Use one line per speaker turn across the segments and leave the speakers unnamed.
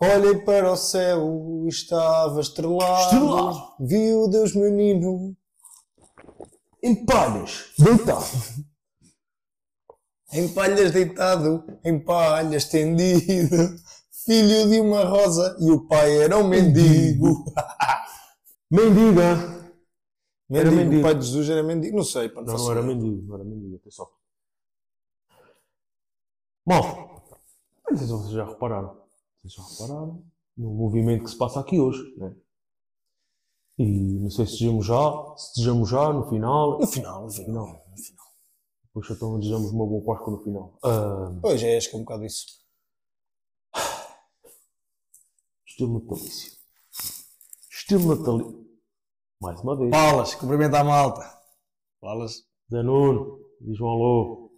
Olhei para o céu, estava estrelado.
Estrelado.
Viu Deus menino. Em palhas, deitado. em palhas deitado, em palhas tendido. Filho de uma rosa e o pai era um mendigo.
Mendiga! Era
Mendigo,
mendigo.
o pai de Jesus era mendigo. Não sei, pá, não,
Não,
faço
não era
ideia.
mendigo, não era mendigo, atenção. Mal, não sei se vocês já repararam. Vocês já repararam no movimento que se passa aqui hoje, né? E não sei se desejamos já, se desejamos já no final.
No final, no final. no final.
Pois então desejamos uma boa Páscoa no final. Ah,
Pois é, acho que é um bocado isso.
estilo natalício. Estilo natalício. Mais uma vez.
Palas, cumprimenta a malta. Palas,
Danone, diz um alô.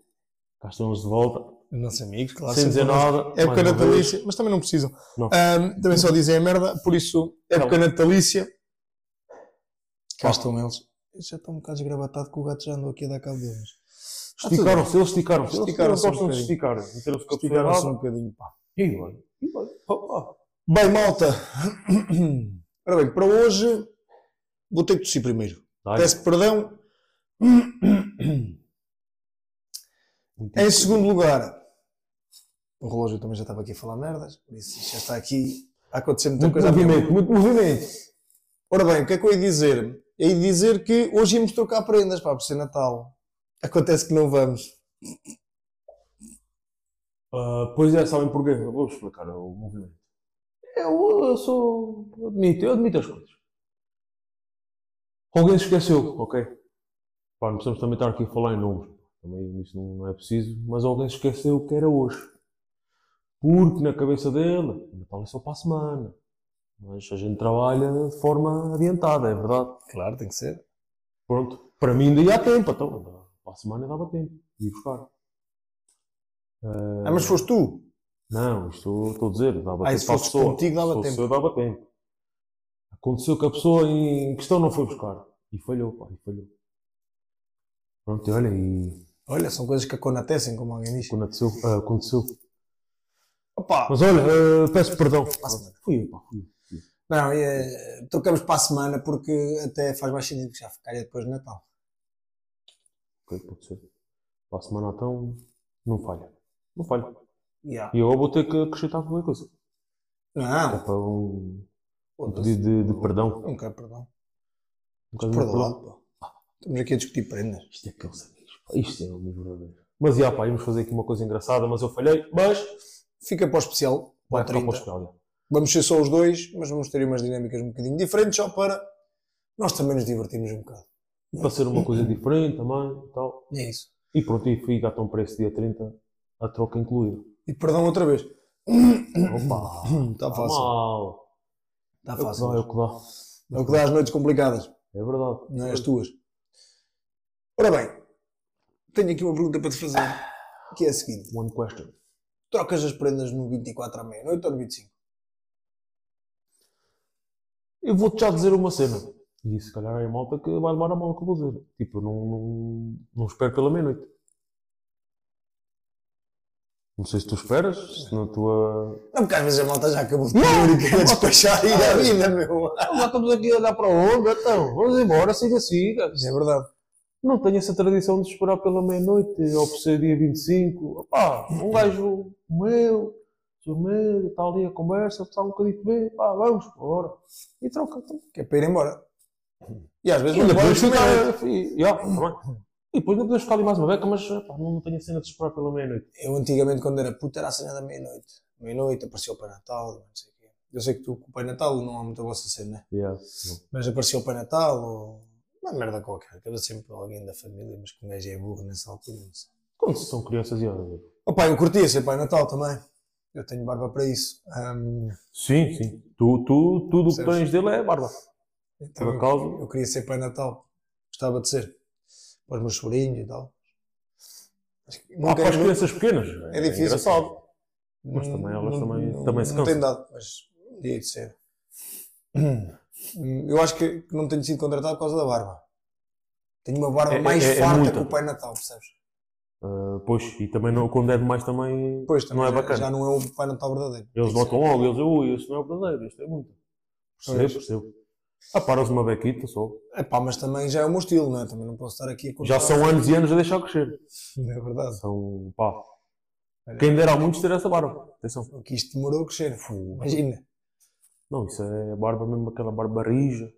Cá estamos de volta.
os nossos amigos, claro.
Sem dizer
sempre nós.
nada. mais
É Época
uma vez.
natalícia, mas também não precisam.
Não. Tá
Ahm, também só dizem a merda, por isso, época natalícia. Cá
Ah.
estão eles. Eu já estou um bocado desgravatado que o gato já andou aqui a dar cabo deles.
Ah, Esticaram-se, eles esticaram-se. Eles
Esticaram-se
não gostam
um
de esticar. Meteram-se com a
Esticaram-se um
pessoa
bocadinho, pá.
errada. E bem, e bem. Opa.
Bem, malta. Ora bem, para hoje vou ter que tossir primeiro.
Dai,
Peço perdão.
muito
Em
bem.
segundo lugar, o relógio também já estava aqui a falar merdas, por isso já está aqui a acontecer muita
Muito
coisa. à minha
movimento, muito movimento.
Ora bem, o que é que eu ia dizer? Eu ia dizer que hoje íamos trocar prendas para ser Natal. Acontece que não vamos.
Ah, pois é, sabem porquê? Eu Vou explicar o movimento. É, Eu, eu sou. Eu admito, eu admito as coisas. Alguém se esqueceu, ok? Pá, não precisamos também estar aqui a falar em números. Também isso não, não é preciso, mas alguém se esqueceu que era hoje. Porque na cabeça dele, o Natal é só para a semana. Mas a gente trabalha de forma adiantada, é verdade.
Claro, tem que ser.
Pronto, para mim ainda ia a tempo, então, para a semana dava tempo de ir buscar.
Ah, mas foste tu?
Não, isto estou a dizer, dava
Ah, e
tempo
se
para a
fosse
pessoa.
contigo, dava
Se fosse
tempo.
eu, dava tempo. Aconteceu que a pessoa em questão não foi buscar. E falhou, pá, e falhou. Pronto, e olha, e
Olha, são coisas que acontecem, como alguém diz.
aconteceu, ah, aconteceu.
Opa!
Mas olha, ah, peço perdão.
a semana.
Fui eu, pá, fui eu.
Não, eh, trocamos para a semana porque até faz mais sentido que já ficaria depois de Natal.
Ok, pode ser. Para a semana então, não falha. Não falha.
Yeah.
E eu vou ter que acrescentar qualquer coisa. É
Não,
para um, um
Ah. foda-se.
pedido de, de perdão.
não quero perdão.
Um bocado de perdão.
Perdoado, pá. Estamos aqui a discutir prendas.
Isto é aqueles amigos. pá. Isto é um verdadeiro. Mas, já, pá, íamos fazer aqui uma coisa engraçada, mas eu falhei. Mas,
Fica para o especial, para
vai
o
ficar para
30.
o espelho.
Vamos ser só os dois, mas vamos ter umas dinâmicas um bocadinho diferentes, só para nós também nos divertirmos um bocado.
Para ser uma coisa diferente também e tal.
É isso.
E pronto, e fica a um preço dia 30, a troca incluída.
E perdão outra vez.
Opa!
Está
tá
Tá fácil.
mal.
Está
É o que dá, é
fácil.
o que dá.
É o que dá as noites complicadas,
É verdade.
não é as tuas. Ora bem, tenho aqui uma pergunta para te fazer, que é a seguinte.
One question.
Trocas as prendas no 24 à meia-noite ou no 25?
Eu vou-te já dizer uma cena. E se calhar é a malta que vai levar a mal que eu vou dizer. Tipo, eu não, não, não espero pela meia-noite. Não sei se tu esperas, se na tua
Não, porque às vezes a malta já acabou de comer e quer despachar e a vida, meu.
Então, Já estamos aqui a olhar para onde, então? Vamos embora, siga, siga.
Isso é verdade.
Não tenho essa tradição de esperar pela meia-noite ou por ser dia 25. Pá, um gajo meu, sou meu, está ali a conversa, está um bocadinho bem, pá, vamos, bora. E troca, então.
Que é para ir embora. E às vezes
E
não
depois
vais
fica.
comer.
E, já, tá bem. E depois não podemos ficar ali mais uma beca, mas pá, não tenho a cena de esperar pela meia-noite.
Eu antigamente, quando era puto, era a cena da meia-noite. Meia-noite apareceu para Natal, não sei o quê. Eu sei que tu, com o Pai Natal, não há muita vossa cena,
Yeah.
mas apareceu para Natal ou uma merda qualquer. Acaba sempre alguém da família, mas que um gajo é burro nessa altura, não sei.
Quando são crianças e olha.
Opa, eu curtia ser Pai Natal também. Eu tenho barba para isso. Ahm,
Sim, sim. Tu, tu, tudo o que
Percebes?
tens dele é barba.
então
Por acaso-
eu queria ser Pai Natal. Gostava de ser. Para os meus sobrinhos e tal. Mas
Há
nunca
para as
é,
crianças pequenas.
é difícil.
engraçado. Mas também elas
Não-
também-
não,
também se
Não tem
cansam.
dado, mas um dia hei de ser. Hum, Eu acho que que não tenho sido contratado por causa da barba. Tenho uma barba
É-
mais
é- é
farta
muita.
que o Pai Natal, percebes?
Ah, pois, e também não, quando é demais também
Pois,
não
também
é
já-
bacana.
Já não é o Pai Natal verdadeiro.
Eles notam logo, eles ui, isso não é verdadeiro, isto é muito. Percebo,
Pois.
percebo. Ah, paras uma bequita só.
É pá, mas também já é o meu estilo, não é? Também não posso estar aqui a
Já são anos e anos a deixar crescer.
É verdade.
São, pá. Quem dera a muitos ter essa barba. Atenção.
O que isto demorou a crescer. Fu, imagina.
Não, isso é barba mesmo, aquela barba rija.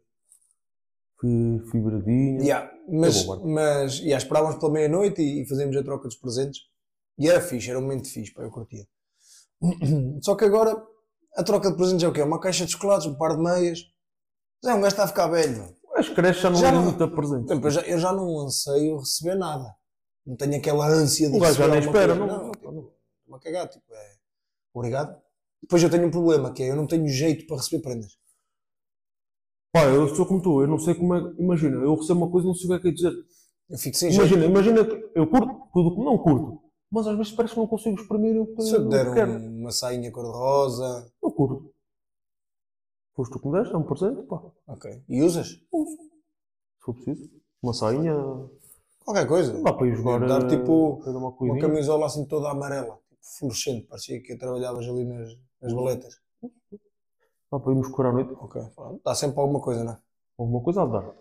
fi- Fibradinha.
Yeah, mas,
É boa,
mas yeah, esperávamos pela meia-noite e, e fazíamos a troca dos presentes. E era fixe, era um momento fixe, pá, eu curtia. Só que agora a troca de presentes é o quê? Uma caixa de chocolates, um par de meias. Já um gajo está a ficar velho. meu.
Mas cresce já não
Já
é
não-
muito a presente.
Por exemplo, eu já, eu já não anseio receber nada. Não tenho aquela ânsia de
O gajo já
receber
nem
alguma
espera,
coisa.
não.
tipo,
não.
uma cagada, tipo, é obrigado. Depois eu tenho um problema que é eu não tenho jeito para receber prendas.
Pá, eu sou como tu, eu não sei como é. Imagina, eu recebo uma coisa e não sei o que é que é dizer.
Eu fico sem jeito.
Imagina, imagina que eu curto tudo que não curto. Mas às vezes parece que não consigo exprimir o que
Se eu
o
te
que
der
quero.
um- uma sainha cor-de-rosa,
Eu curto. Foste tu que me deste, é um presente, pá. Se
ok. E usas?
for preciso. Uma sainha.
Qualquer coisa.
Dá para ir jogar.
Dar,
eh,
tipo,
fazer uma
uma
coisinha.
camisola assim toda amarela, tipo, fluorescente, parecia que trabalhavas ali nas, nas baletas.
Dá para irmos curar à noite.
Uhum. Ok, pronto, está sempre alguma coisa, não é?
Alguma coisa a dar.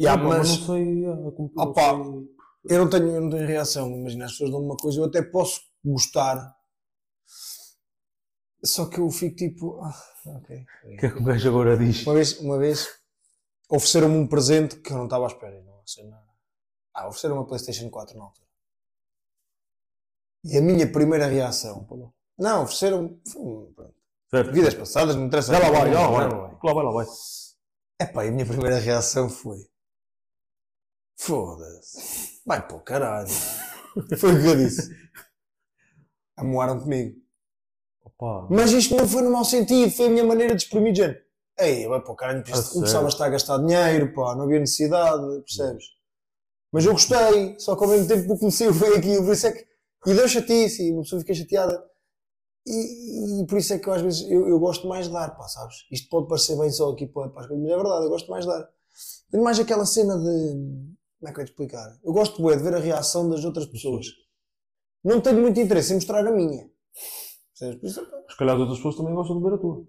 Yeah,
Pá,
mas
não sei. eh, como tu,
Ah,
não
pá.
sei.
eu não, tenho, eu não tenho reação, imagina, as pessoas dão uma coisa, eu até posso gostar, só que eu fico tipo, ah, ok.
O que é que o gajo agora diz?
Uma vez, uma vez ofereceram-me um presente que eu não estava à espera, não sei nada. Ah, ofereceram uma Playstation 4 na altura. E a minha primeira reação, não, ofereceram, pronto,
Certo.
vidas passadas, não interessa.
Já lá vai, já lá
Já
vai. Lá vai, lá vai.
Epá, e a minha primeira reação foi: Foda-se, vai para o caralho. Foi o que eu disse. Amoaram comigo.
Opa,
Mas isto não foi no mau sentido, foi a minha maneira de exprimir de género. Ei, vai para o caralho,
A sério?
começava a estar a gastar dinheiro, pá, não havia necessidade, percebes? Mas eu gostei, só que ao mesmo tempo que eu comecei foi aquilo, por isso é que. E deu chatice, e uma pessoa fica chateada. E, e por isso é que eu, às vezes eu, eu gosto mais de dar, pá, sabes? Isto pode parecer bem só aqui para, para as coisas, mas é verdade, eu gosto mais de dar. Tenho mais aquela cena de. Como é que eu ia te explicar? Eu gosto bué, de ver a reação das outras pessoas. Não tenho muito interesse em mostrar a minha. Percebes? Por isso, é, pá,
se calhar as outras pessoas também gostam de ver a tua.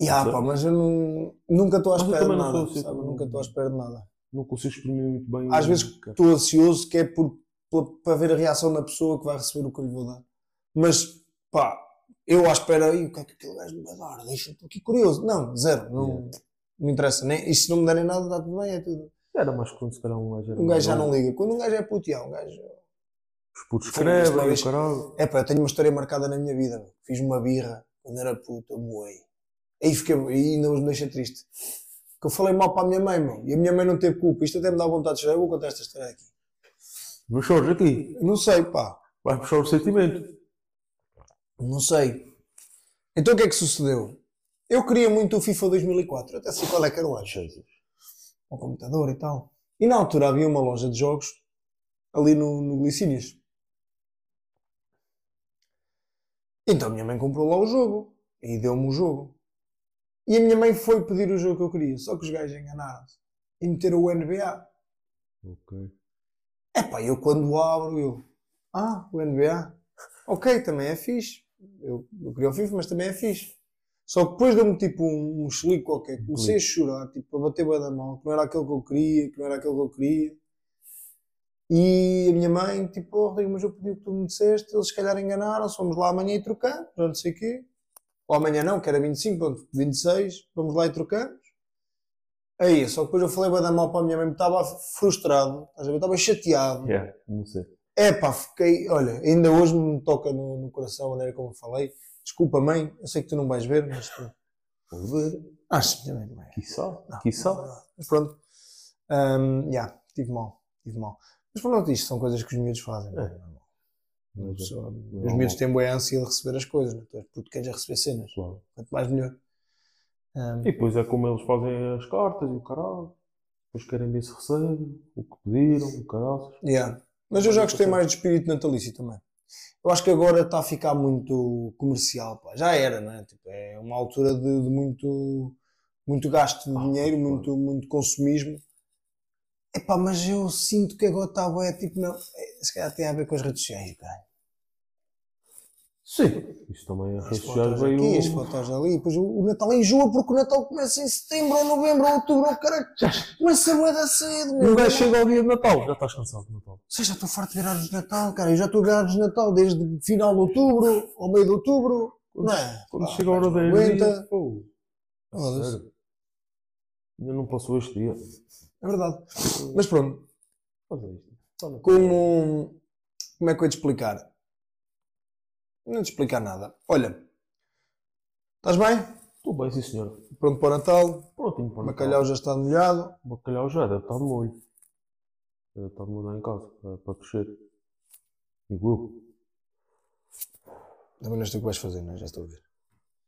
E há,
Sim.
pá, mas eu não, nunca estou à
Mas eu
espera de
também não sou
nada.
assim,
sabe?
não-
Nunca estou à espera de nada.
Não consigo exprimir muito bem.
Às
o
vezes
que quero.
estou ansioso que é por, pela- para ver a reação da pessoa que vai receber o que eu lhe vou dar. Mas pá, eu à espera, e o que é que aquele gajo me vai dar? Deixa-me estou aqui curioso. Não, zero, não não me interessa. Nem, e se não me derem nada, está tudo bem, é tudo.
Era mais quando se calhar um gajo era.
Um gajo já
mais
não liga. Quando um gajo é puto, já, um gajo.
Os putos
Fogo, mas
escrevem,
uma
e
vez-
o caralho.
É pá, eu tenho uma história marcada na minha vida. meu. Fiz uma birra quando era puto, eu moei. Aí fiquei, e ainda me deixa triste. Que eu falei mal para a minha mãe, meu. E a minha mãe não teve culpa. Isto até me dá vontade de chorar. Eu vou contar esta história aqui.
Não chores aqui.
Não sei, pá.
Vais puxar o sentimento.
Não sei. Então o que é que sucedeu? Eu queria muito o FIFA 2004. Eu Até sei qual é que era o ano. Ao computador e tal. E na altura havia uma loja de jogos ali no, no Glicínias. Então a minha mãe comprou lá o jogo. E deu-me o jogo. E a minha mãe foi pedir o jogo que eu queria. Só que os gajos enganaram-se. E meteram o NBA.
Ok.
Epá, eu quando abro, eu. Ah, o NBA. Ok, também é fixe. Eu, eu queria o FIFA, mas também é fixe. Só que depois deu-me tipo um, um chilique qualquer. Comecei a chorar, tipo, a bater bué da mão, que não era aquele que eu queria, que não era aquele que eu queria. E a minha mãe, tipo, oh, Rodrigo, mas eu pedi o que tu me disseste, eles se calhar enganaram-se, vamos lá amanhã e trocamos, já não sei o quê. Ou amanhã não, que era 25, pronto, 26, vamos lá e trocamos. Aí, só que depois eu falei bué da mal para a minha mãe, estava frustrado, estás a ver? estava chateado.
Yeah, não sei.
Epá, fiquei, olha, ainda hoje me toca no, no coração a maneira como falei. Desculpa, mãe, eu sei que tu não vais ver, mas. pronto.
Vou ver.
Acho que também não é.
Quiçá.
Não, não,
Quiçá.
não. Então, Mas Pronto. Hum, yeah, tive mal, tive mal. Mas pronto, isto são coisas que os miúdos fazem. não é? Uma
Mas,
pessoa-
não,
os
não.
miúdos têm boa ânsia de receber as coisas, não é? Tu és puto, queres é receber cenas.
Claro.
Quanto mais melhor. Hum,
E depois é como eles fazem as cartas e o caralho. Depois querem ver se recebem, o que pediram, o caralho.
Yeah. Mas
é
eu já gostei mais do espírito natalício também. Eu acho que agora está a ficar muito comercial, pá. Já era, não é? Tipo, é uma altura de, de muito, muito gasto de
Ah,
dinheiro,
claro.
muito, muito consumismo. Epá, mas eu sinto que agora está bué, tipo, não. É, Se calhar tem a ver com as redes sociais, cara.
Sim. Isto também é
As
redes sociais
fotos aqui, as
veio. um-
fotos ali. Depois o, o Natal enjoa porque o Natal começa em setembro, ou novembro, ou outubro, ou caralho. Começa bué da cedo,
Um
meu.
gajo chega ao dia de Natal. Já estás cansado de Natal.
Sei, já estou farto de ver árvores de Natal, cara. Eu já estou a ver árvores de Natal desde final de outubro, ao meio de outubro. Não é?
Quando
Pá,
chega a hora
mas
da
não aguenta.
aguenta. Pô, a
Foda-se.
sério. Ainda não passou este dia.
É verdade. Mas pronto,
Faz isto. Só Natal.
como. Como é que eu ia te explicar? Não te explicar nada. Olha, estás bem?
Tudo bem, sim senhor.
Pronto para o Natal,
Prontinho para
o
o Natal.
bacalhau já está molhado.
Bacalhau já deve estar de molho. Deve estar de molho lá em casa, para, para crescer. Digo eu.
Também não sei o que vais fazer, não é? Já estou a ver.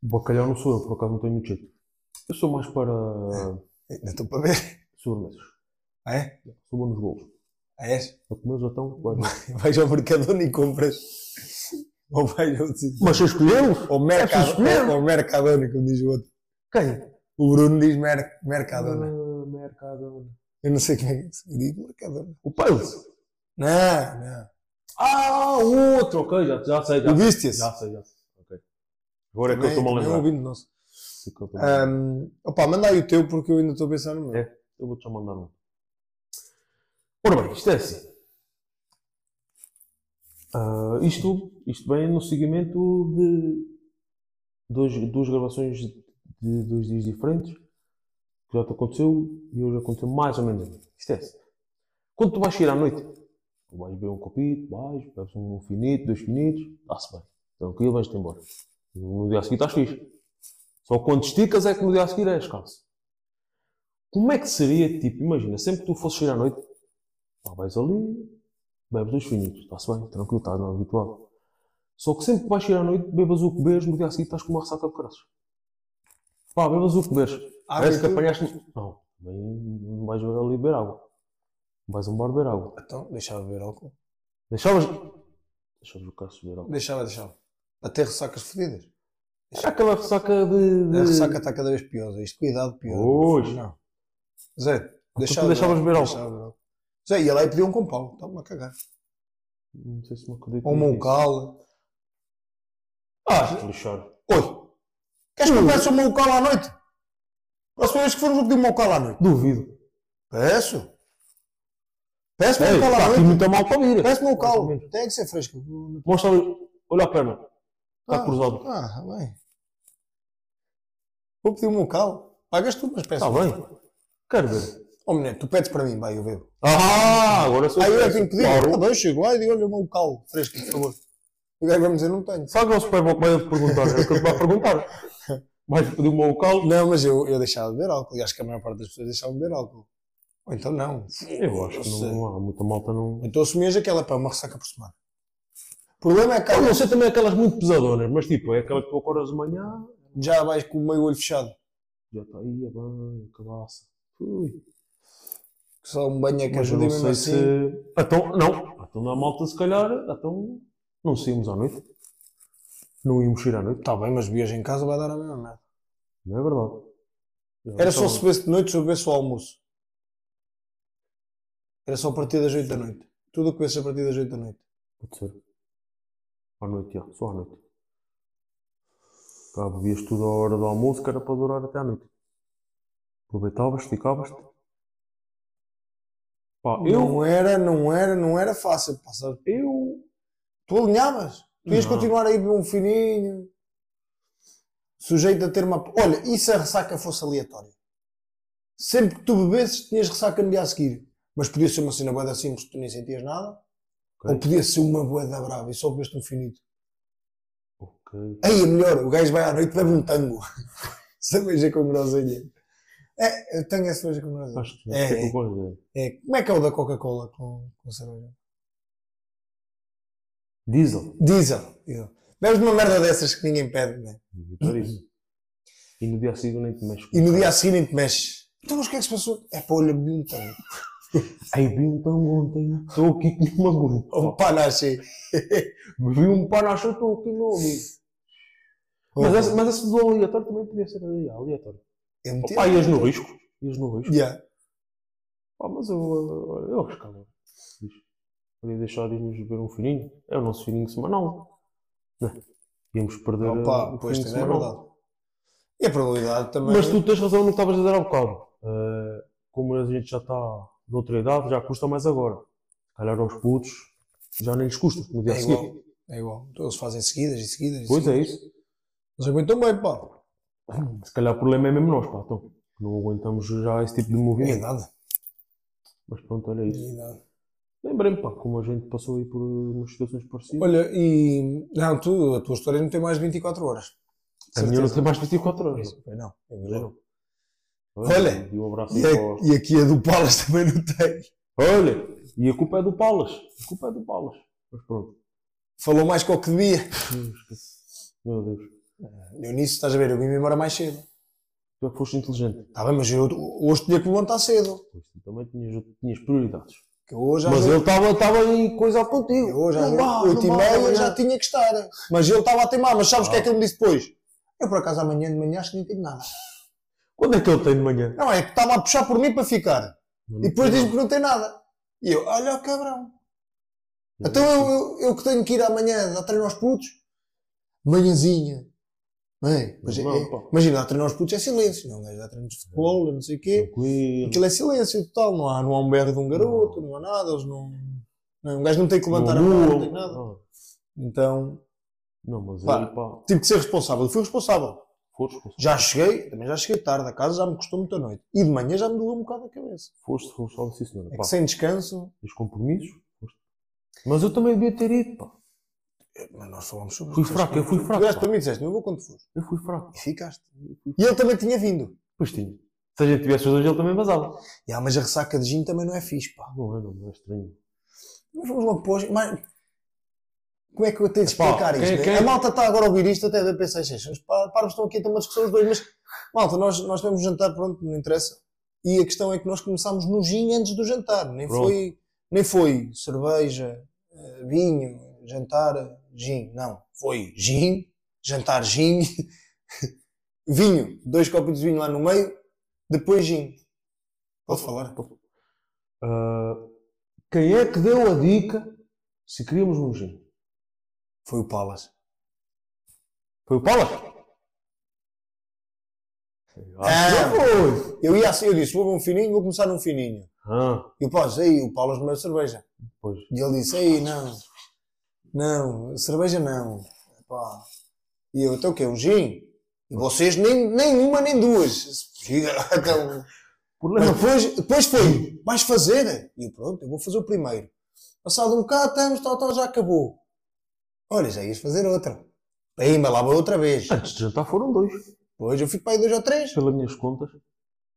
O Bacalhau não sou eu, por acaso não tenho muito jeito. Eu sou mais para
Ainda estou para ver.
sobremesas.
Ah, é?
Sou bom nos bolos.
Ah, és?
A comer já estão. vai.
Vais ao Mercadona e compras. Ou vais ao sítio.
Mas é se escolheu?
Ou mercado,
preciso comer.
ou, ou Mercadona, como diz o outro.
Quem?
O Bruno diz mer, Mercadona.
Ah, Mercadona.
Eu não sei quem é isso. Eu digo Mercadona.
O Pales.
Não, não.
Ah, o outro. Ok, já, já sei. Já,
O Bístias.
já sei, já sei. Ok. Agora é que eu estou-me a
Também- também É um
lembrar.
ouvinte nosso.
Fica eu estou-me a lembrar.
Ahm, opa, manda aí o teu porque eu ainda estou a pensar no meu.
É. Eu vou-te já mandar um. Ora bem, isto é assim. Ah, isto, isto vem no seguimento de dois, duas gravações de dois dias diferentes que já te aconteceu e hoje aconteceu mais ou menos. Isto é assim. Quando tu vais sair à noite, tu vais beber um copito, vais, bebes um finito, dois finitos, está-se bem. Tranquilo, vais-te embora. No dia a seguir estás fixe. Só quando esticas é que no dia a seguir és calço. Como é que seria, tipo, imagina, sempre que tu fosses sair à noite, pá, vais ali, bebes dois finitos, está-se bem, tranquilo, estás não habituado. Só que sempre que vais sair à noite, bebas o que bebes, no dia a seguir estás com uma ressaca de caras. Pá, bebas o que bebes.
Ah,
Parece que
bebes tudo?
apanhaste. um- Não, bem, não vais ali beber água. Vais a um bar beber água.
Então, deixava beber álcool.
Deixavas. Deixavas o caso beber água.
Deixava, deixava. Até ressacas fodidas.
Era aquela ressaca de. de...
A ressaca tá- está cada vez pior. Isto, cuidado, pior.
Pois. Então
Não. Zé,
tu deixavas beber álcool?
deixava Zé, ia lá e pedia um com pau. Estava-me a cagar.
Não sei se me acredito.
Ou um
nisso.
moncal.
Ah, te lixar.
Oi! Queres
Hum.
que eu peça um moncal à noite? Próxima vez que formos, vou pedir um moncal à noite.
Duvido.
Peço. Peço
Ei,
moncal
está
à
aqui
noite.
muito mal para vir.
Peço
Mais ou
moncal.
menos.
Tem que ser fresco.
Mostra ali. Olha a perna. Está
Ah,
Tá cruzado.
Ah, bem. Vou pedir um local. Pagas tu, mas peço.
Está Tá bem. Quero ver.
Oh, menino, tu pedes para mim, vai, eu bebo.
Ah, agora sou
Aí eu é que
preso.
tenho que pedir.
Claro.
Tá bem, eu chego lá e digo, olha, o meu local fresco, por favor. E o gajo vai me dizer, não tenho.
Sabe o nosso pai vai te perguntar? É o que ele te vai perguntar. Vais pedir um meu caldo?
Não, mas eu, eu deixava de beber álcool. E acho que a maior parte das pessoas deixava de beber álcool. Ou então não.
Eu acho que
Não sei.
não há muita malta. Não...
Então assumias aquela, pá, uma ressaca por semana. O problema é que
Eu
há-
não sei também aquelas muito pesadonas, mas tipo, é aquela que tu acordas de manhã,
já vais com o meio olho fechado.
já está aí, é bem, cabaça. Ui.
Que só um banho é que
Mas eu
ajuda
não
e mesmo
sei
assim.
se. Então, não. Então, na malta, se calhar, então, não saímos à noite. Não íamos sair à noite.
Tá bem, mas vias em casa vai dar a mesma merda.
Não é verdade. Já
Era só
estava-
se bebesse de noite, se eu bebesse o almoço. Era só a partir das 8 da noite. Tudo o que bebesse a partir das 8 da noite.
Pode ser. À noite, já. Só à noite. Cá bebias tudo à hora do almoço, que era para durar até à noite. Aproveitavas, esticavas-te. Pá, eu,
Não era, não era, não era fácil passar.
eu
Tu alinhavas. Tu ias
Não.
continuar a ir beber um fininho. Sujeito a ter uma. Olha, e se a ressaca fosse aleatória? Sempre que tu bebesses, tinhas ressaca no dia a seguir. Mas podia ser uma cena boeda simples que tu nem sentias nada.
Ok.
Ou podia ser uma boeda brava e só bebeste um finito.
Ok.
Aí é melhor, o gajo vai à noite e bebe um tango. cerveja com groselha. É, eu tenho a cerveja com groselha.
Acho que
É,
é,
é. É, como é que é o da Coca-Cola com, com cerveja?
Diesel.
Diesel. diesel. Bebes uma merda dessas que ninguém pede, né?
Digo para isso. E no dia seguinte nem te mexes. com
E no
nada.
dia a seguir nem te mexes. Então, mas o que é que se passou? É pá, olha, bebi um tango.
Ai, vi um tão ontem. Estou aqui com uma gota.
Ou pá, nasce.
Bebi um panache, eu estou aqui no amigo.
Oh.
Mas esse, mas esse do aleatório também podia ser ali- aleatório.
é um
Opa, ias no risco. Ias no risco.
Yeah.
Pá, mas eu, eu, eu arriscava. Diz, Podia deixar de irmos beber um fininho. É o nosso fininho semanal. Né? Íamos perder eh,
Opa,
o
pois
fininho
também é
semanal.
verdade. E a probabilidade também. é
Mas tu tens razão no que estavas a dizer há bocado. Eh, como a gente já está noutra idade, já custa mais agora. Se calhar aos putos, já nem lhes custa no dia a
é
seguir.
igual. É igual. Então, Eles fazem seguidas e seguidas. E
Pois é
seguidas.
isso.
Eles aguentam bem, pá.
Se calhar o problema é mesmo nós, pá, então. que Não aguentamos já esse tipo de
É
movimento.
idade.
Mas pronto, olha
É
isso.
idade.
Lembrei-me, pá, como a gente passou aí por umas situações parecidas.
Olha, e. Não, tu, a tua história não tem mais de 24 horas. De
a minha É não
certeza.
tem mais 24 horas.
Isso, pois não. Eu vi
Olha,
logo. Olha,
Olha! E um abraço aí
E,
para
a,
o-
e aqui a do Palas também não tem.
Olha! E a culpa é do Palas. A culpa é do Palas. Mas pronto.
Falou mais que o que devia.
Meu Deus.
Eu nisso, estás a ver, eu vim-me embora mais cedo.
Tu é que foste inteligente.
Está bem, mas eu, hoje tinha que me levantar cedo.
Pois tu também tinhas, tinhas prioridades.
Que eu hoje às
Mas
vezes-
ele estava estava em coisa contigo.
Eu hoje às
Não vá,
8 e
não vá,
meia
amanhã.
já tinha que estar. Mas ele estava a teimar, mas sabes o que é
Ah.
que ele me disse depois? Eu por acaso amanhã de manhã acho que nem tenho nada.
Quando é que ele tem de manhã?
Não, é que estava a puxar por mim para ficar. E depois diz-me que não tem nada. E eu, olha o cabrão. Então eu, eu, eu que tenho que ir amanhã dar treino aos putos, manhãzinha. Não é? Pois é,
Não,
é.
pá.
Imagina, dar treino aos putos é silêncio. Não, é dar treino de futebol, não sei o quê.
Tranquilo.
Aquilo é silêncio total. Não há, não há um berro de um garoto, não há nada. Eles não. não um gajo não tem que levantar a mão, não tem nada.
Não,
Então,
Ah. não, mas
Pá.
ele, pá,
tive que ser responsável. Fui responsável.
foste, foste,
Já cheguei, também já cheguei tarde a casa, já me custou muita noite. E de manhã já me doeu um bocado a cabeça.
foste responsável, sim senhora.
É
Pá,
que sem descanso.
tens compromissos, foste. Mas eu também devia ter ido, pá.
eh, Mas nós falamos sobre
Fui
isso.
fraco, eu fui
Tu
fraco.
olhaste
pá.
para mim e disseste, não eu vou quando for.
Eu fui fraco.
E ficaste. E ele também tinha vindo.
Pois tinha. Se a gente tivesse os dois, ele também vazava.
E, ah, mas a ressaca de gin também não é fixe, pá.
Não é, não é estranho.
Mas vamos logo pôr. Mas... Como é que eu tenho de
Pá,
explicar
quem-
isto? né?
quem-
A malta está agora a ouvir isto, até deve pensar, "Xexas, pá, para estão aqui a ter uma discussão os dois, mas malta, nós, nós tivemos um jantar, pronto, não interessa. E a questão é que nós começámos no gin antes do jantar, nem,
Pronto.
foi, nem foi cerveja, eh, vinho, jantar, gin, não. Foi gin, jantar gin, vinho, dois copos de vinho lá no meio, depois gin. Pode falar?
Ah, quem é que deu a dica se queríamos um gin?
Foi o Palas.
Foi o Palas?
Ah.
não foi.
Eu ia assim, eu disse, vou beber um fininho, vou começar num fininho.
Ah,
E o Paulo disse, aí, o Paulo bebeu cerveja.
pois.
E ele disse, aí, não, não, cerveja não. Pá. E eu, então o quê? Um gin? E vocês nem, nem uma nem duas. Então, mas
Problema.
depois, depois foi, vais fazer? E eu, pronto, eu vou fazer o primeiro. Passado um bocado, estamos, tal, tal, já acabou. Olha, já ias fazer outra. Aí, mas lá vou outra vez.
Antes de jantar foram dois.
Depois eu fico para aí dois ou três.
Pelas minhas contas,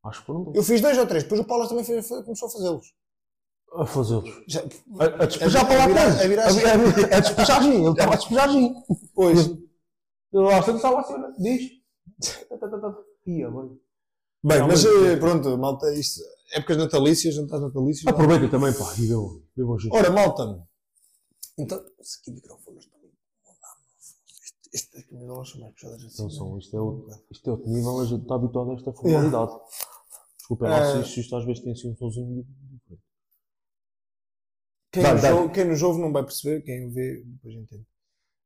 acho que foram dois.
Eu fiz dois ou três, depois o Paulo também fez- começou a fazê-los.
A fazê-los.
Já-
A, a despejar
É
para lá
virar-
atrás.
é virar
A vi- a vi- A despejar gin. Ele estava a despejar gin.
Pois.
Ele lá estava assim, olha, diz. Tá, tá, tá, tá. Ia, bem.
Bem, mas
Realmente. é.
eh, pronto, malta, isto, épocas natalícias, jantares natalícios. malta.
Aproveita também, pá. E deu, deu um gin.
Ora, malta, então, se aqui microfones também. Estas camisolas são mais puxadas assim.
Então,
não
são, isto, é outro, isto é outro nível, a gente está habituado a esta
Yeah.
formalidade. Desculpem lá
É.
se isto- se isto às vezes tem assim um sonzinho diferente.
é? Quem,
Dá,
nos
dá.
ouve, quem nos ouve não vai perceber, quem vê depois entende.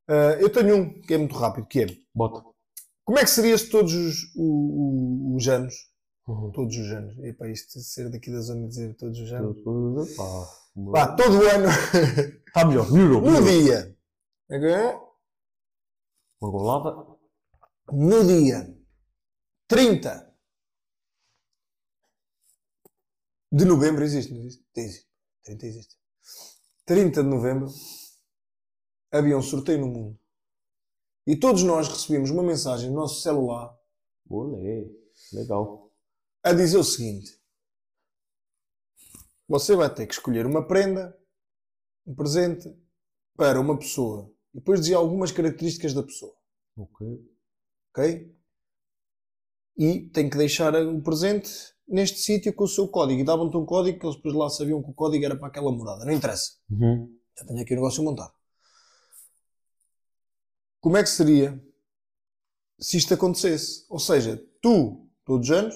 Ah, eu tenho um que é muito rápido, que é,
Bota.
como é que seria se todos os, o- o- os anos,
Uhum.
todos os anos, e para isto ser daqui da zona e dizer todos os anos,
Pá,
pá, todo o ano,
Está melhor, melhorou.
no
melhorou.
dia, Ok?
Uma golada.
no dia 30 de novembro, existe, não existe? Existe. 30 existe. 30 de novembro havia um sorteio no mundo. E todos nós recebemos uma mensagem no nosso celular
Olé. Legal.
a dizer o seguinte: Você vai ter que escolher uma prenda, um presente para uma pessoa. E depois dizia algumas características da pessoa.
Ok.
ok? E tem que deixar o presente neste sítio com o seu código. E davam-te um código que eles depois lá sabiam que o código era para aquela morada. Não interessa.
Uhum.
Já tenho aqui o negócio montado. Como é que seria se isto acontecesse? Ou seja, tu, todos os anos,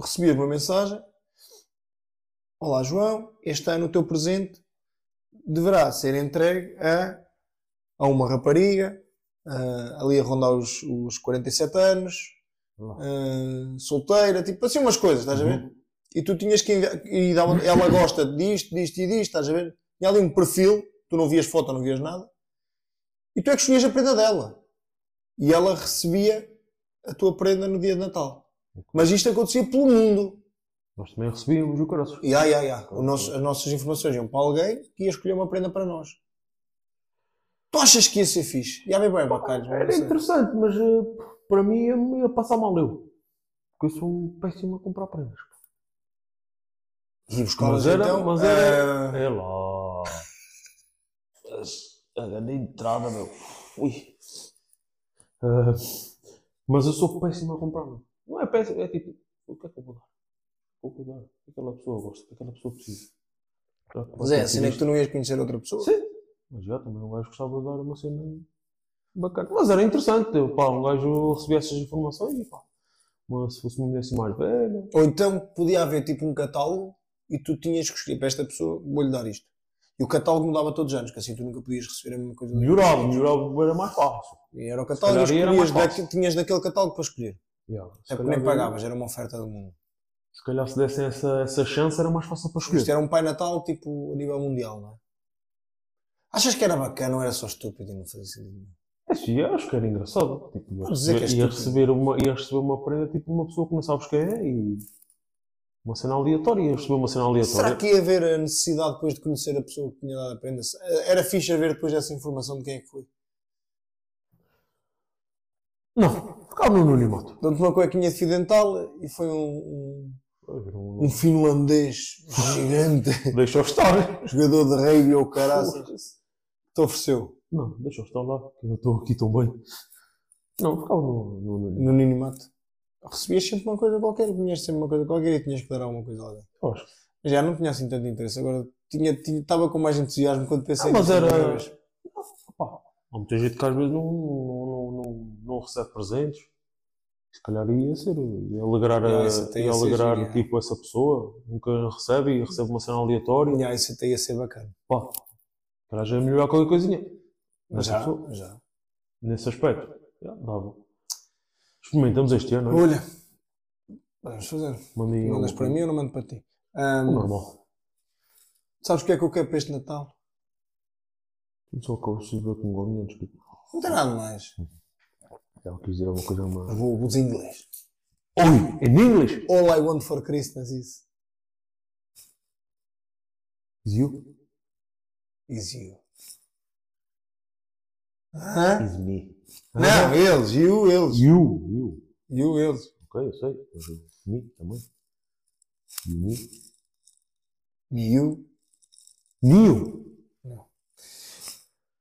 recebias uma mensagem Olá João, este ano o teu presente deverá ser entregue a, a uma rapariga, ah, ali a rondar os, os 47 anos,
Olá.
ah, solteira, tipo assim umas coisas, estás a ver?
Uhum.
E tu tinhas que enviar, e dava- ela gosta disto, disto e disto, estás a ver? Tinha ali um perfil, tu não vias foto, não vias nada, e tu é que escolhias a prenda dela. E ela recebia a tua prenda no dia de Natal. Mas isto acontecia pelo mundo.
Nós também recebíamos o caroço.
E ai, ai, ai. O nosso- as nossas informações iam para alguém que ia escolher uma prenda para nós. Tu achas que ia ser fixe? E há bem bem bacalhos,
Era interessante, mas eh, para mim ia, ia passar mal eu. Porque eu sou um péssimo a comprar prendas.
E buscavas
Mas era-
então.
mas era-
ah,
É lá. A grande entrada, meu. Ui. Ah, mas eu sou péssimo a comprar, meu. Não é péssimo, é tipo, o que é que eu vou dar? O que eu vou dar? O que aquela pessoa gosta? O que aquela pessoa precisa?
mas é, a cena é que tu não ias conhecer outra pessoa.
Sim. Mas já também um gajo gostava de dar uma cena bacana. Mas era interessante, pá, um gajo recebia essas informações e pá. Mas se fosse uma mulher assim mais velha.
Ou então podia haver tipo um catálogo e tu tinhas que escolher para esta pessoa, vou-lhe dar isto. E o catálogo mudava todos os anos, que assim tu nunca podias receber a mesma coisa. do-
Melhorava, melhorava, era mais fácil.
E era o catálogo, e
calhar era mais
escolhias
fácil.
daqui- tinhas daquele catálogo para escolher.
Yeah, se
É porque
calhar
nem
era-
pagavas, era uma oferta do mundo.
Se calhar se dessem essa, essa chance era mais fácil para
Isto
escolher.
era um Pai Natal tipo a nível mundial, não é? Achas que era bacana ou era só estúpido e não fazia sentido? nenhum?
É, sim, eu acho que era engraçado. Tipo, ia,
Vamos dizer que é
receber, ia,
estúpido.
receber uma, ia receber uma prenda tipo uma pessoa que não sabes quem é e uma cena aleatória. Ia receber uma cena aleatória.
Será que ia haver a necessidade depois de conhecer a pessoa que tinha dado a prenda? Se- Era fixe haver depois essa informação de quem é que foi.
Não, ficava no anonimato.
Dão-te uma cuequinha de fio dental e foi um, um, um
Não-
finlandês gigante,
Deixa eu estar.
jogador de rugby ou caraças, que te ofereceu
Não, deixa eu estar lá, que eu estou aqui tão bem. Não, ficava no, no, no-
no anonimato. Recebias sempre uma coisa qualquer, tinhas sempre uma coisa qualquer e tinhas que dar alguma coisa a alguém.
eu acho.
Já não tinha assim tanto interesse, agora tinha, tinha, estava com mais entusiasmo quando pensei
Ah, mas
nisso a
era-
primeira vez.
Opa, há muita gente que às vezes não, não, não, não, não recebe presentes. Se calhar ia ser, ia alegrar, a-
Não, essa tem
ia
a ser
alegrar
genial.
tipo essa pessoa, nunca recebe e recebe uma cena aleatória.
Yeah, isso até ia ser bacana.
Pá, se calhar já é melhorar qualquer coisinha.
Mas
Nessa
já,
pessoa,
já.
nesse aspecto. Já, dava. Experimentamos este ano, não é?
Olha, vamos fazer.
Mandei
Mandas
um-
para mim ou não mando para ti?
um
Ahm,
normal.
sabes o que é que eu quero para este Natal?
Só que eu preciso ver com golinhos, desculpa.
Não tem nada mais.
Ela quis dizer alguma coisa, é uma.
Vou, vou dizer em inglês.
Oi, é in English!
All I want for Christmas is,
Is you?
is you. Hã?
Is me.
Não, eles, you, eles.
You, you.
You, eles.
Ok, eu sei. Mas eu- Me também. You, me.
You.
New.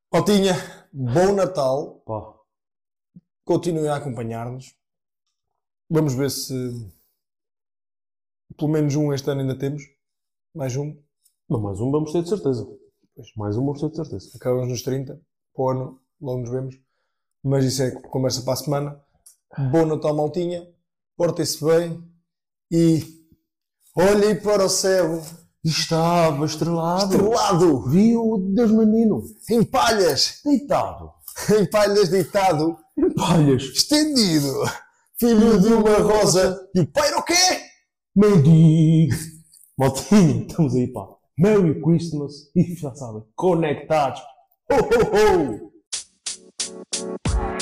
Pautinha, bom Natal.
Pá,
Continue a acompanhar-nos. Vamos ver se pelo menos um este ano ainda temos. Mais um.
não, mais um vamos ter de certeza.
Pois.
Mais um vamos ter de certeza.
acabamos nos 30, para o ano, logo nos vemos. Mas isso é conversa para a semana. Bom Natal, maltinha. Portem-se bem e olhem para o céu
Estava estrelado.
estrelado,
Viu o Deus menino.
em palhas,
Deitado.
em palhas deitado,
Em palhas.
estendido, filho de uma rosa. E o pai era o quê?
Mendigo. Maltinho, estamos aí, pá. Merry Christmas. E já sabem, conectados. Ho, ho, ho.